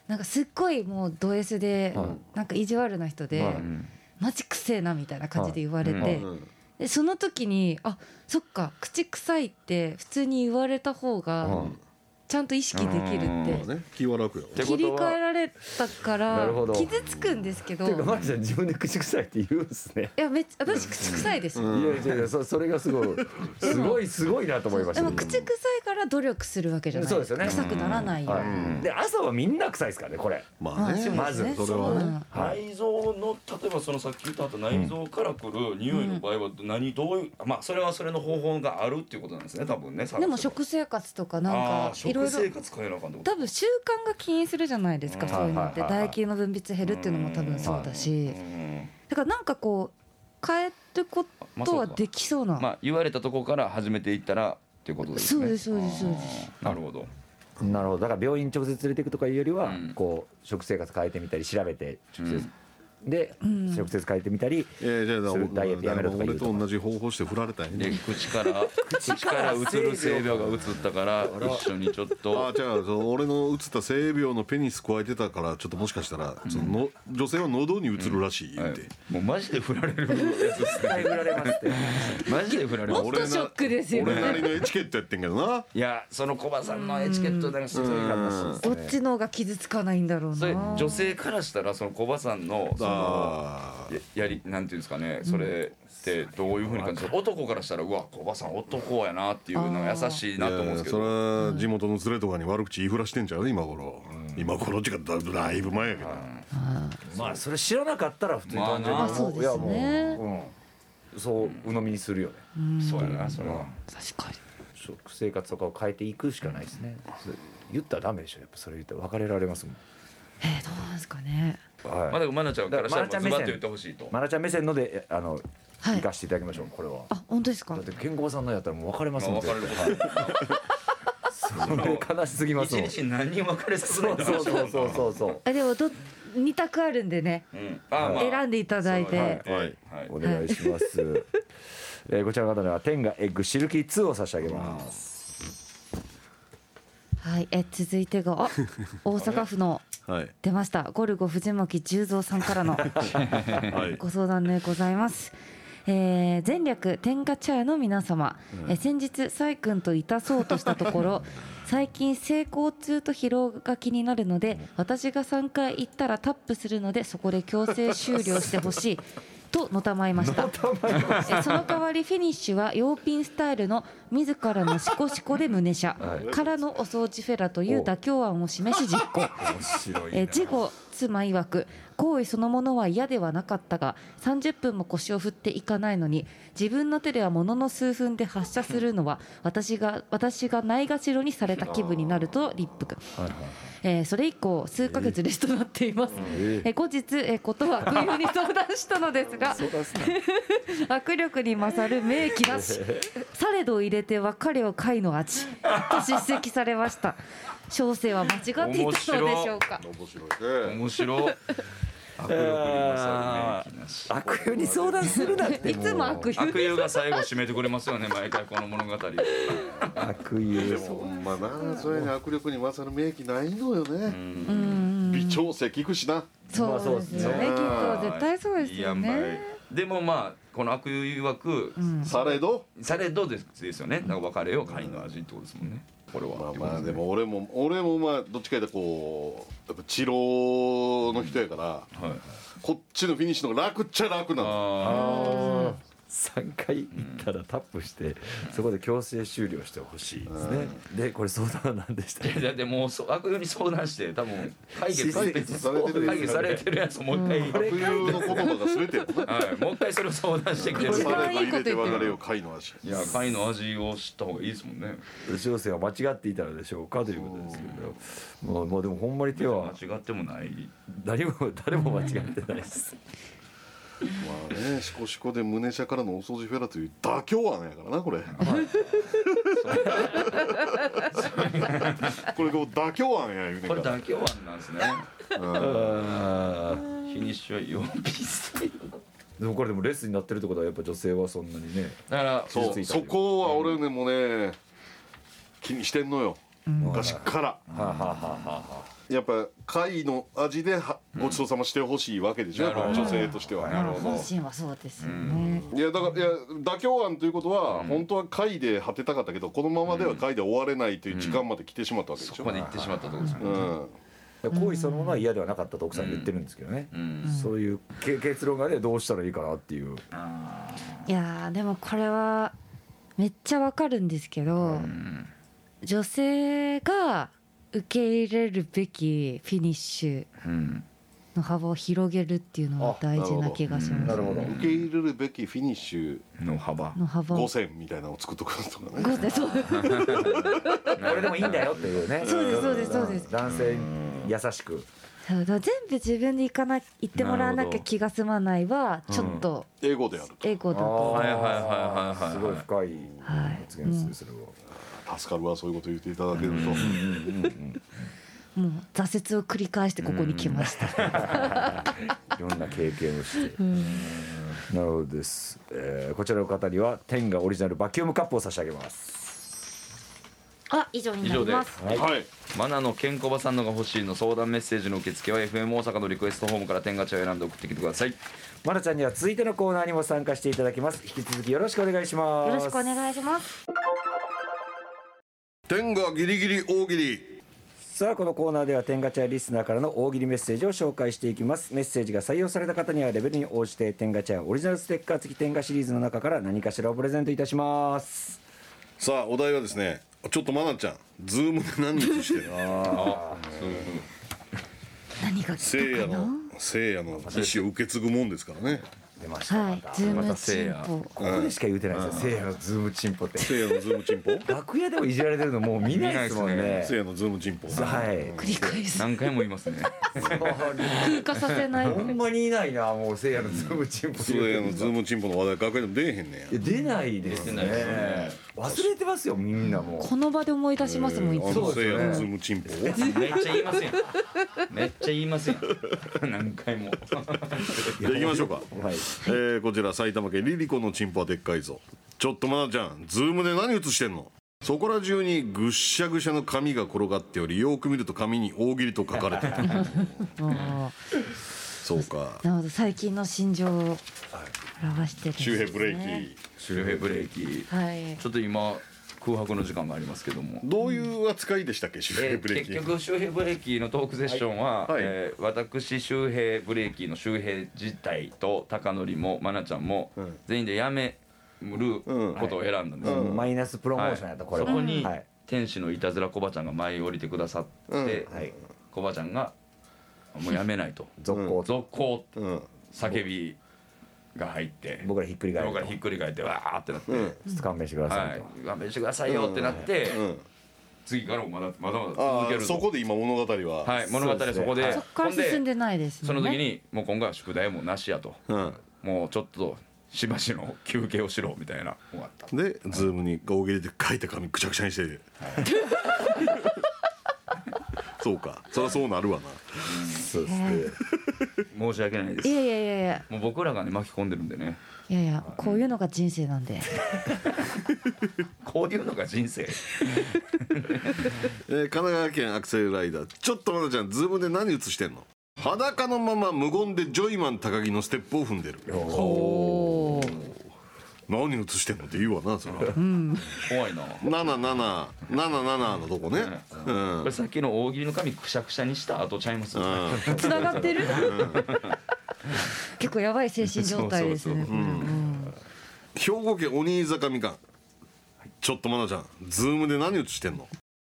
なんかすっごいもうド S で、なんか意地悪な人で、
うん
マジくせえなみたいな感じで言われて、
はい
うん
でその時にあそっか口臭いって普通に言われた方がちゃんと意識できるっ
ま
て
あね気は楽よ
てことは
切り替えられたから
なるほど
傷つくんですけど
ていうか
い
マリちゃん自分で口臭いって言うんですね
やめっちゃ私口臭いです、
うん
いやいやいやそそれがすごいすごいすごいなと思いまし
で
た
も口臭いから努力するわけじゃない
そうですよね
臭くならないように、
はい、で朝はみんな臭いですからねこれ
まあね
まあそうですね
それはね
内臓の例えばそのさっき言ったあと内臓から来る匂いの場合は何どういうまあそれはそれの方法があるっていうことなんですね多分ね
でも食生活とかなん
あ
か
ー
いろ
食生
いろ
活変えなあかんってこと
多分習慣が起因するじゃないですか、
うん
そういうのって、
はいはいはいはい
唾液の分泌減るっていうのも多分そうだし、
うん
だからなんかこう変えることはできそうな、
まあ言われたとこから始めていったらっていうことですね
そうですそうですそうです
あーなるほど
なるほどだから病院直接連れていくとかいうよりは、
うん
こう食生活変えてみたり調べて直接、で、
ん
食生活変えてみたり
えーじゃあ
それダイエットやめろとか言
俺
うと
と同じ方法して振られたい
で口から口から移る性病が移ったから一緒にちょっ
あ
と
じゃあその俺の映った性病のペニス加えてたからちょっともしかしたら、その女性は喉に映るらしい言うて、
はいもうマジで振られるやつです
絶対
ね
振られますって
マジで振られる
もっとショックですよ
俺なり
ね
のエチケットやってんけどない
やそのコバさんのエチケットなんかすごい話です
どっちの方が傷つかないんだろう
それ
な
女性からしたらそのコバさんのその
あ
ややりなんていうんですかねそれってどういうふうに感じる男からしたらうわコバさん男やなっていうのが優しい
あ
なと思うんですけ
それ
ど
は地元の連れとかに悪口言いふらしてんちゃう今頃、今頃っていうかだだいぶ前やけど、
まあそれ知らなかったら普通に単純に
まあ
なそうですね
いやもう、うん、そう鵜呑みにするよね
そうやなそれは
確かに
食生活とかを変えていくしかないですねそれ言ったらダメでしょやっぱそれ言ったら別れられますもん
えー、どうなんですかね
はい
まだまなちゃんからしたらもう
だ
ズ
からま
バ
なちゃん目線
ッと言ってほしいと
マナちゃん目線のであの、
はい
生かしていただきましょうこれは
あ本当ですか
だって健康さんのやったらもう別れますもん
別れる
絶
こと
対 それ悲しすぎます
一
もん
日に何人別れさせな
そ
い
そ
う
うそうそうそうそう
あでもど二択あるんでね
うんあーまあ
選んでいただいて、
はい
は
はいい
お願いします、えーこちらの方には天がエッグシルキー2を差し上げます
はいえ続いてがあ大阪府の
はい
出ましたゴルゴ藤巻十三さんからの
はい
ご相談でございます。えー前略天下茶屋の皆様、えー先日崔君といたそうとしたとこ ろ最近成功痛と疲労が気になるので私が3回行ったらタップするのでそこで強制終了してほ しいとのたまいましたえその代わりフィニッシュは洋品スタイルの自らのシコシコで胸車からのお掃除フェラという妥協案を示し実行
面白
えー事後妻曰く行為そのものは嫌ではなかったが30分も腰を振っていかないのに自分の手ではものの数分で発射するのは私が私がないがしろにされた気分になると立腹、えーそれ以降数ヶ月レストとなっています、えー後日、えーことは悪友に相談したのですが握力に勝る名器なしされどを入れては彼を貝の味と叱責されました小生は間違っていたのでしょうか
面白いね
面白い悪力に勝る名器なし
悪友に相談するなって
いつも悪
悪
友
友が最後締めてくれますよね毎回この物語を
悪友
でもほんまなそれに握力に勝る名器ないのよね微調整効くしな
そうですよねきっと絶対そうですよ
いい
ね
塩梅でもまあこの悪友曰く、
されど
されどですですよねなんか別れを貝の味ってことですもんねこれは
まあまあでも俺も俺もまあどっちか言ったらこうやっぱ治療の人やから、
はい
こっちのフィニッシュの方が楽っちゃ楽なの
あ
3回行ったらタップして、そこで強制終了してほしいですね、でこれ相談なんでした
あだってもうそう悪友に相談して多分解決
解決されてる
解決されてるやつをもう一回、
悪友の言葉が全てやもんな
はい、もう一回それを相談してくれる
一
さ
番
れど
いい
入
こ
れ
と言って
て
る
別れよ貝の味
いや貝の味を知った方がいいですもんね
後ろ生は間違っていたのでしょうかということですけどもうもうでもほんまに手
間
は
違ってもない
何も誰も間違ってないです
まあねしこしこで胸車からのお掃除フェラという妥協案やからなこれこれこう妥協案や言うね
こ
ん
れ
から
妥協案なんですね
あー
フィニッシュは4ピースタイル
でもこれでもレスになってるってことはやっぱ女性はそんなにね
だから
そ
傷つ
う
いた
そ
り
こは俺ねもうね気にしてんのよ昔から
はあはあはあはあ
やっぱ貝の味ではごちそうさましてほしいわけでしょ、やっぱ女性としては、
本心はそうですよね。
いやだからいや妥協案ということは、本当は貝で果てたかったけどこのままでは貝で終われないという時間まで来てしまったわけでし
そ
ょ、
こまで行ってしまったってことですもんね
うん
行為そのものは嫌ではなかったと奥さんが言ってるんですけどね、そういうけ結論がねどうしたらいいかなっていう
いやーでもこれはめっちゃわかるんですけど、女性が受け入れるべきフィニッシ
うん
ュの幅を広げるっていうのは大事な気がします。
ほど
受け入れるべきフィニッシュ
の幅
の幅を。
5000みたいなのを作っとくとかね
ごめんそう
これでもいいんだよっていうね
そうですそうですそうです
ん男性に優しく
そうだから全部自分で行かな行ってもらわ
な
な
る
きゃ
ほど
気が済まないはちょっと
英語でやる
エゴだと、
はいはいはいはいはい
すごい深い発言ですね、
と助かるわそういうこと言っていただけると、
もう挫折を繰り返してここに来ました。
それをいろんな経験をして、なるほどです、えーこちらの方には天がオリジナルバキュームカップを差し上げます
あ以上になります。
はい、
マナのケンコバさんのが欲しいの相談メッセージの受付は FM 大阪のリクエストホームから天ガチャを選んで送ってきてください
まるちゃんには続いてのコーナーにも参加していただきます引き続きよろしくお願いします
よろしくお願いします。
天がギリギリ大喜利
さあこのコーナーでは天ガチャリスナーからの大喜利メッセージを紹介していきますメッセージが採用された方にはレベルに応じて天ガチャオリジナルステッカー付き天ガシリーズの中から何かしらをプレゼントいたします
さあお題はですねちょっとマナちゃんズームで何日してる
何が来
せいや
たか
の
な。
せいやの意思を受け継ぐもんですからね
出ました、
はい、ズー
ま
ム
たせい
チン
や
ポ。
ここでしか言うてないですよせいやのズームチンポって
せいやのズームチンポ
楽屋でもいじられてるのもう見ないですもん
見ない
ね
せいやのズームチンポ
はい
繰り返す。
何回も言いますね
風化させない。
ほんまにいないなもうせいやのズームチンポ
せいやのズームチンポの話題楽屋でも出えへんね
いや出ないですね忘れてますよみんなもう
この場で思い出しますもん、い
やあ
つも
の。せいやのズームチンポ
めっちゃ言いますよめっちゃ言いますよ何回も
じゃあ行きましょうか、
は
え
い
ーこちら埼玉県リリコのチンポはでっかいぞちょっとまなちゃんズームで何映してんのそこら中にぐっしゃぐしゃの紙が転がっておりよく見ると紙に大喜利と書かれている
あ
そうか
ーなるほど、最近の心情を表してるんですね。
周平ブレーキ
周平ブレーキ
はい。
ちょっと今空白の時間がありますけども
どういう扱いでしたっけ周平
えー
ブレーキ、
結局周平ブレーキのトークセッションは、
はいはい
えー私周平ブレーキの周平自体と高則も愛菜ちゃんも、全員でやめることを選んだんです、
もうマイナスプロモーションやったこれ
そ
は
こに、
はい
天使のいたずらコバちゃんが舞い降りてくださって、
はい
コバちゃんが「もうやめない」と
続
「
行と
続行」って
うん、
叫びが入って
僕らひっくり返る
僕
と
らひっくり返ってわーってなって「
ちょっと勘弁してくださ
はい
と
い、勘弁してくださいよ」ってなって、
ん
次からもまだまだまだ
あ
続け
ー
る
そ
と。
こで今物語は、
はい、物語はそこで、
そっから進んでないですね。
その時にもう今回は宿題もなしやと、
うん
もうちょっとしばしの休憩をしろみたいな終わった
でズームに大喜利で書いた紙ぐちゃぐちゃにして、そうかそりゃそうなるわな
そうですね
え
申し訳ないで
ー。い
す
やいやいやいや、
もう僕らがね巻き込んでるんでね
いやいや、こういうのが人生なん で。
こういうのが人生
えー神奈川県アクセルライダーちょっとまなちゃんズームで何映してんの裸のまま無言でジョイマン高木のステップを踏んでる
おお。
何映してんのって言うわなそれは
怖いな
7777のとこねうん
これさっきの大喜利の紙くしゃくしゃにした後ちゃいます、
つながってる。 結構やばい精神状態ですね。
そう
これうん
兵庫県鬼坂みかんちょっとまなちゃんズームで何映してんの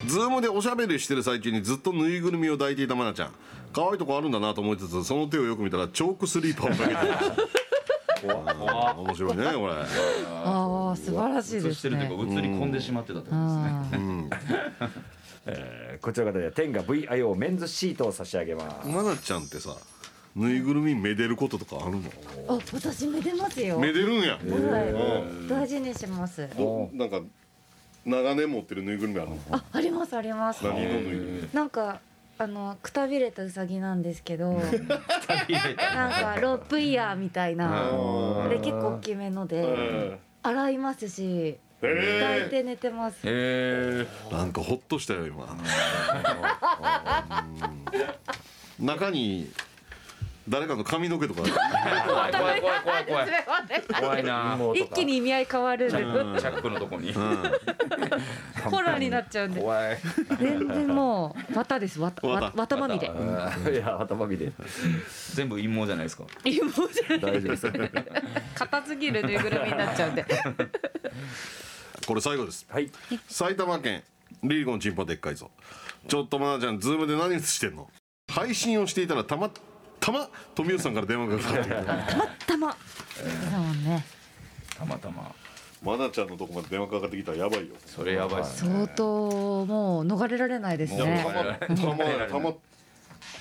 ズームでおしゃべりしてる最中にずっとぬいぐるみを抱いていたまなちゃん可愛いとこあるんだなと思いつつその手をよく見たらチョークスリーパーをかけてま したうん面白いねこれ
ああ、素晴らしい
映
で
して
す
るとい
ね
うか。映り込んでしまってたってことですね、
あー
えーこちらの方では天が VIO メンズシートを差し上げます
まなちゃんってさぬいぐるみめでることとかあるの
あ、私めでますよ。
めでるんや
はい、大事にします。
どなんか長年持ってるぬいぐるみあるの
あ、ありますあります。
何のぬいぐるみ
なんかあのくたびれたウサギなんですけ ど、なんかロープイヤーみたいな、で結構大きめので、洗いますし、抱いて寝てます。
え
なんかほっとしたよ今 中に誰かの髪の毛とか
怖い怖い怖い怖い怖い怖いな
もうと
一
か
気に意味合い変わるんで、
チャックのとこに
ホラーになっちゃうんで
怖い
全然もう綿です綿
綿
わ綿まみれ
いや頭見て
全部陰謀じゃないですか
いやもうじゃない
大丈夫です
硬すぎるぬいぐるみになっちゃうんで
これ最後です
はい
埼玉県リーゴンチンパでっかいぞちょっとまなちゃんズームで何してんの配信をしていたらたまたま富吉さんから電話がかかってきた
たまだもんね
たまたま
マナちゃんのとこまで電話かかってきたらやばいよ
それやばいっすね
相当もう逃れられないです
いや
ね
たまたまたま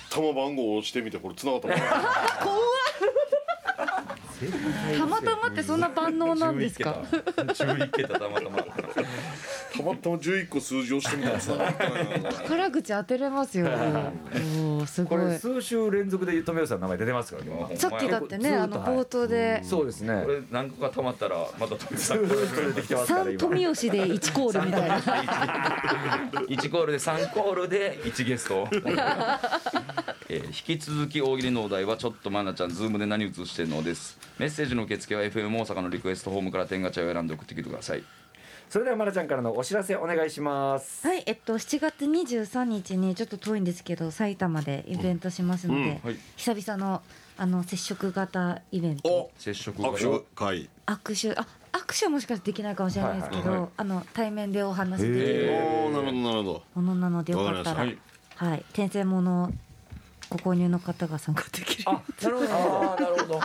たま番号を押してみてこれ繋がったもん
たまたまってそんな万能なんですか
11桁たまた
た
ま
またま11個数字をしてみたら繋がったのよ
宝口当てれますよおーす
こ
ご
れ
い
数週連続で富吉さんの名前出てますからね
さっきだってねあの冒頭で
そうですね
これ何個かたまったらまた富士山
連れてきてますから
三
今
富吉で一コールみたいな
1コールで3コールで1ゲスト、えー引き続き大喜利のお題は「ちょっとまなちゃんズームで何映してんの?」ですメッセージの受付は FM 大阪のリクエストホームから天ガチャを選んで送ってきてください
それではまなちゃんからのお知らせお願いします
はいえっと7月23日にちょっと遠いんですけど埼玉でイベントしますので、
はい
久々のあの接触型イベント
お
接触が
握手会
握手あ握手はもしかしてできないかもしれないですけど、
はいはいはい
あの対面でお話しでき
お
る
ーなるほどなるほど
ものなのでよかったら
わか
は
り
い、転生ものをご購入の方が参加できる
なるほどなるほど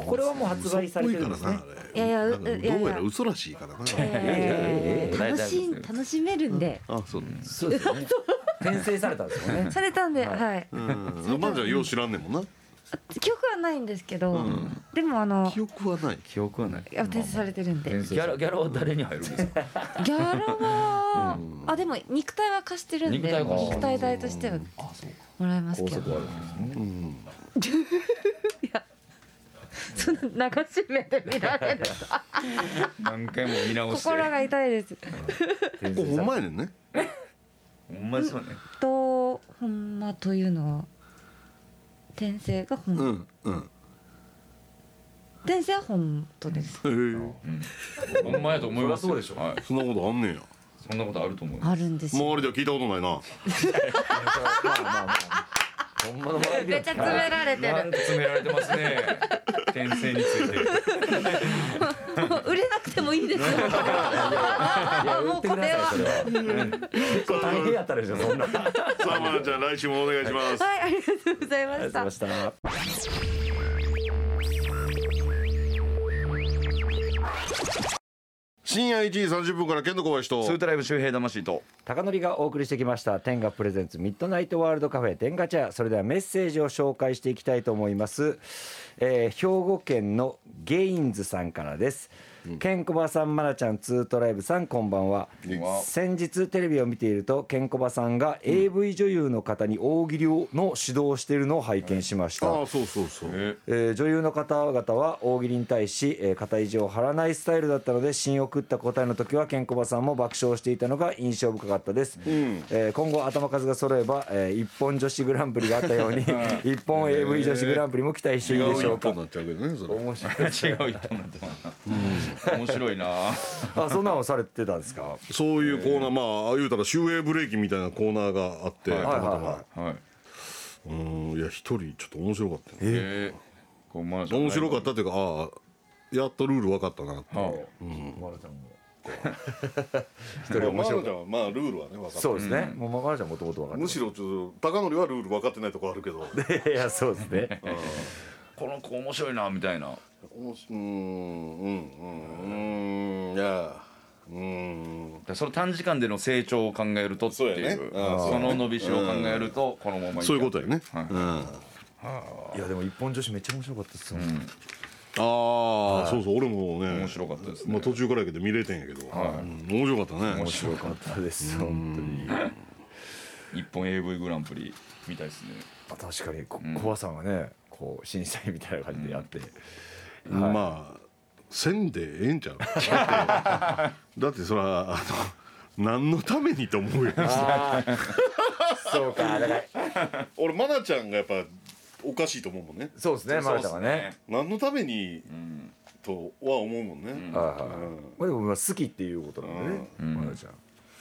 これはもう発売されてるんですね
あ
いやいやう
なんか
いやい
どうやら
や
嘘らしいからな
え ー
大
楽
丈夫
しん
です
楽しめるんで、
あそう
そうですよね転生されたん ですよね
されたんで、はい、
うんまあじゃあよう知らんねんもんな
記憶はないんですけど、でもあの
記憶はない
記憶はない
いや転生されてるんで
ギャラギャラは誰に入るんですか
ギャラは、あでも肉体は貸してるんで
肉体は貸してる
肉体代としてはもらえますけど
あるんですね
その流し目で見ら れる
何回も見直して
心が痛いです
ここほんまやねんね
ほんまですよね
とほんまというのは転生が本、
うんうん
転生は本当です
へえ
ほんまやと思います
そり
よ
ゃそうでしょ
はい、
そんなことあんねんや
そんなことあると思う
あるんですよ
周りでは聞いたことないな
まあまあまあほんまの周りで
めっちゃ詰められて
なん
る
か詰められてますね転生につ いて
も う売れなく てもいいですよこ
い
れ
や
は
売
も
っ
う
て
こ
くだ
れ
さい
は
それは結構大変やったでしょそんなありがと
さあまなちゃん来週もお願いします
はいありがとうございま
うござ
し
い
た
ました
深夜1時30分から剣道小林
ツー
と
トライブ周平魂と
高典がお送りしてきました「天ガプレゼンツミッドナイトワールドカフェ天ガチャ」それではメッセージを紹介していきたいと思います、えー兵庫県のゲインズさんからです、ケンコバさんまなちゃんツートライブさんこんばんは
ん
先日テレビを見ているとケンコバさんが AV 女優の方に大喜利をの指導をしているのを拝見しました、
ああそうそうそう
えー女優の方々は大喜利に対し、えー肩意地を張らないスタイルだったので芯を食った答えの時はケンコバさんも爆笑していたのが印象深かったです、えー今後頭数が揃えば、えー一本女子グランプリがあった ように一本 AV 女子グランプリも期待していいでしょうか
なっちゃうけどねそれ
面白い
違う人になってます面白いな
あそんなのされてたんですか
そういうコーナーまあ言うたら終英ブレーキみたいなコーナーがあってた
はい
また
はいはい
ま
は
はい
うんいや一人ちょっと面白かったね
えー、こうまあ
面白かったたっていうかああやっとルール分かったなって
は
一人面
マ
白
ナ
い
ちゃんはまあルールはね分かっ
そ
た
うですね、もうまかちゃんもともと分かって
むしろちょっと高則はルール分かってないとこあるけど
ろ いやそうですね
この子面白いなみたいな
おもしうーんうんうんうんいやうーん
その短時間での成長を考えるとっていう
そうやねうん
その伸びしろを考えるとこのまま
そういうことやね
はい
うんあ
いやでも一本女子めっちゃ面白かったですよ、
あそうそう俺もね
面白かったですね
まあ途中からやけど見れてんやけどうん面白かったね
面白い
よかったです本当に
一本 AV グランプリみたいですね
まあ確かにこ怖さんはねこう審査員みたいな感じでやって、
まあせんでええ んちゃうだってだってそらあの何のためにと思うよ
そうかだから
俺マナちゃんがやっぱおかしいと思うもんね
そうですねマナちゃんはね
何のために
うん
とは思うもんね、
ん
はいはいはい
うん
まあでもまあ好きっていうことなんでね
うん
マナちゃん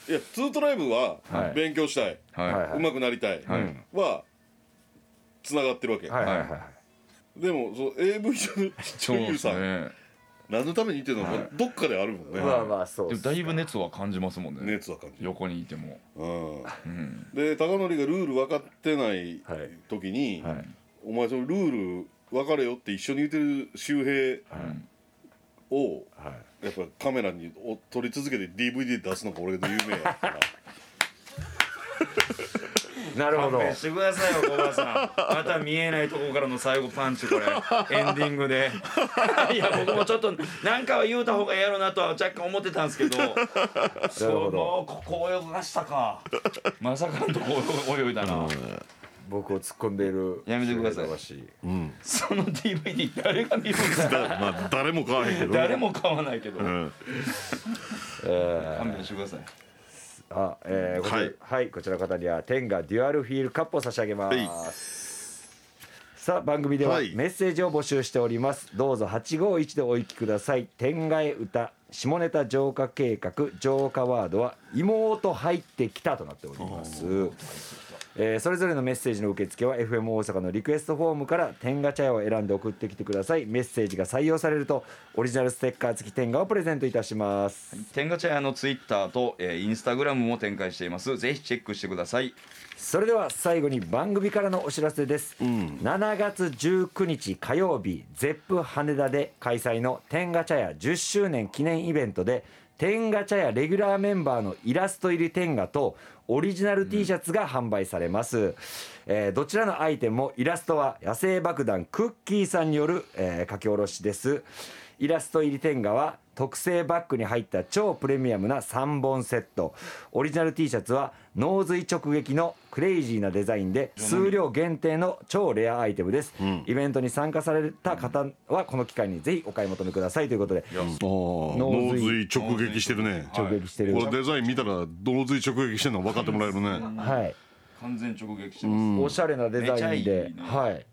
いやツートライブは
はい
勉強したい、
はい
はい
上手くなりたい、
はい
はつながってるわけ、
はいはいはいはい
でもその AV
そう
女優
です
さん、
ね
何のためにっていうのは、どっかであるもんね、
まあまあそう
で
っ
も
す
だいぶ熱は感じますもんね
熱は感じる、
横にいても
うん、
うん
で高則がルール分かってない
はい
時に、
はい
お前そのルール分かれよって一緒に言ってる周平
うん
を
はい
やっぱカメラにお撮り続けて DVD 出すのが俺の夢やから
なるほど
勘弁してくださいよ小林さんまた見えないとこからの最後パンチこ れエンディングで いや僕もちょっと何かは言うた方がええやろなとは若干思ってたんです けどそうもうここ泳がした かまさかのとこ泳いだな
僕を突っ込んでいる
やめてください
白々し
その DVD 誰が見るん だ
まあ誰も買わへんけど
誰も買わないけど
うん
勘弁してください
あえーこちら
はい
はいこちらの方には天がデュアルフィールカップを差し上げます
はい
さあ番組では
はい
メッセージを募集しております、どうぞ851でお聞きください天外歌下ネタ浄化計画浄化ワードは妹入ってきたとなっておりますえーそれぞれのメッセージの受付は FM 大阪のリクエストフォームから天ガ茶屋を選んで送ってきてくださいメッセージが採用されるとオリジナルステッカー付き天ガをプレゼントいたします、
天ガ茶屋のツイッターと、えーインスタグラムも展開していますぜひチェックしてください
それでは最後に番組からのお知らせです、7月19日火曜日ゼップ羽田で開催の天ガ茶屋10周年記念イベントで天ガ茶屋レギュラーメンバーのイラスト入り天ガとオリジナル T シャツが販売されます、えーどちらのアイテムもイラストは野生爆弾クッキーさんによる、えー書き下ろしですイラスト入り天ガは特製バッグに入った超プレミアムな3本セットオリジナル T シャツは脳髄直撃のクレイジーなデザインで数量限定の超レアアイテムです、イベントに参加された方はこの機会にぜひお買い求めくださいということで脳
脳髄直撃してるね
直撃してる、
こ
はい
れデザイン見たら脳髄直撃してるの分かってもらえるね
完全直撃してま
おしゃれなデザインで
めちゃいいね
はい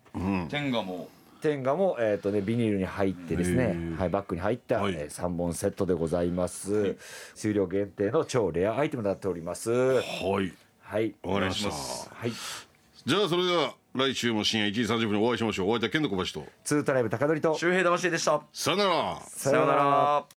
す天ガも
天ガも、えーとね、ビニールに入ってですね、はい、バッグに入った、
はい
え3本セットでございます、数量限定の超レアアイテムとなっております
はい
はい
わかりました
はい
じゃあそれでは来週も深夜1時30分にお会いしましょうお会いいたい健太小林と
ツートライブ高取と
周平魂でした
さよなら
さようなら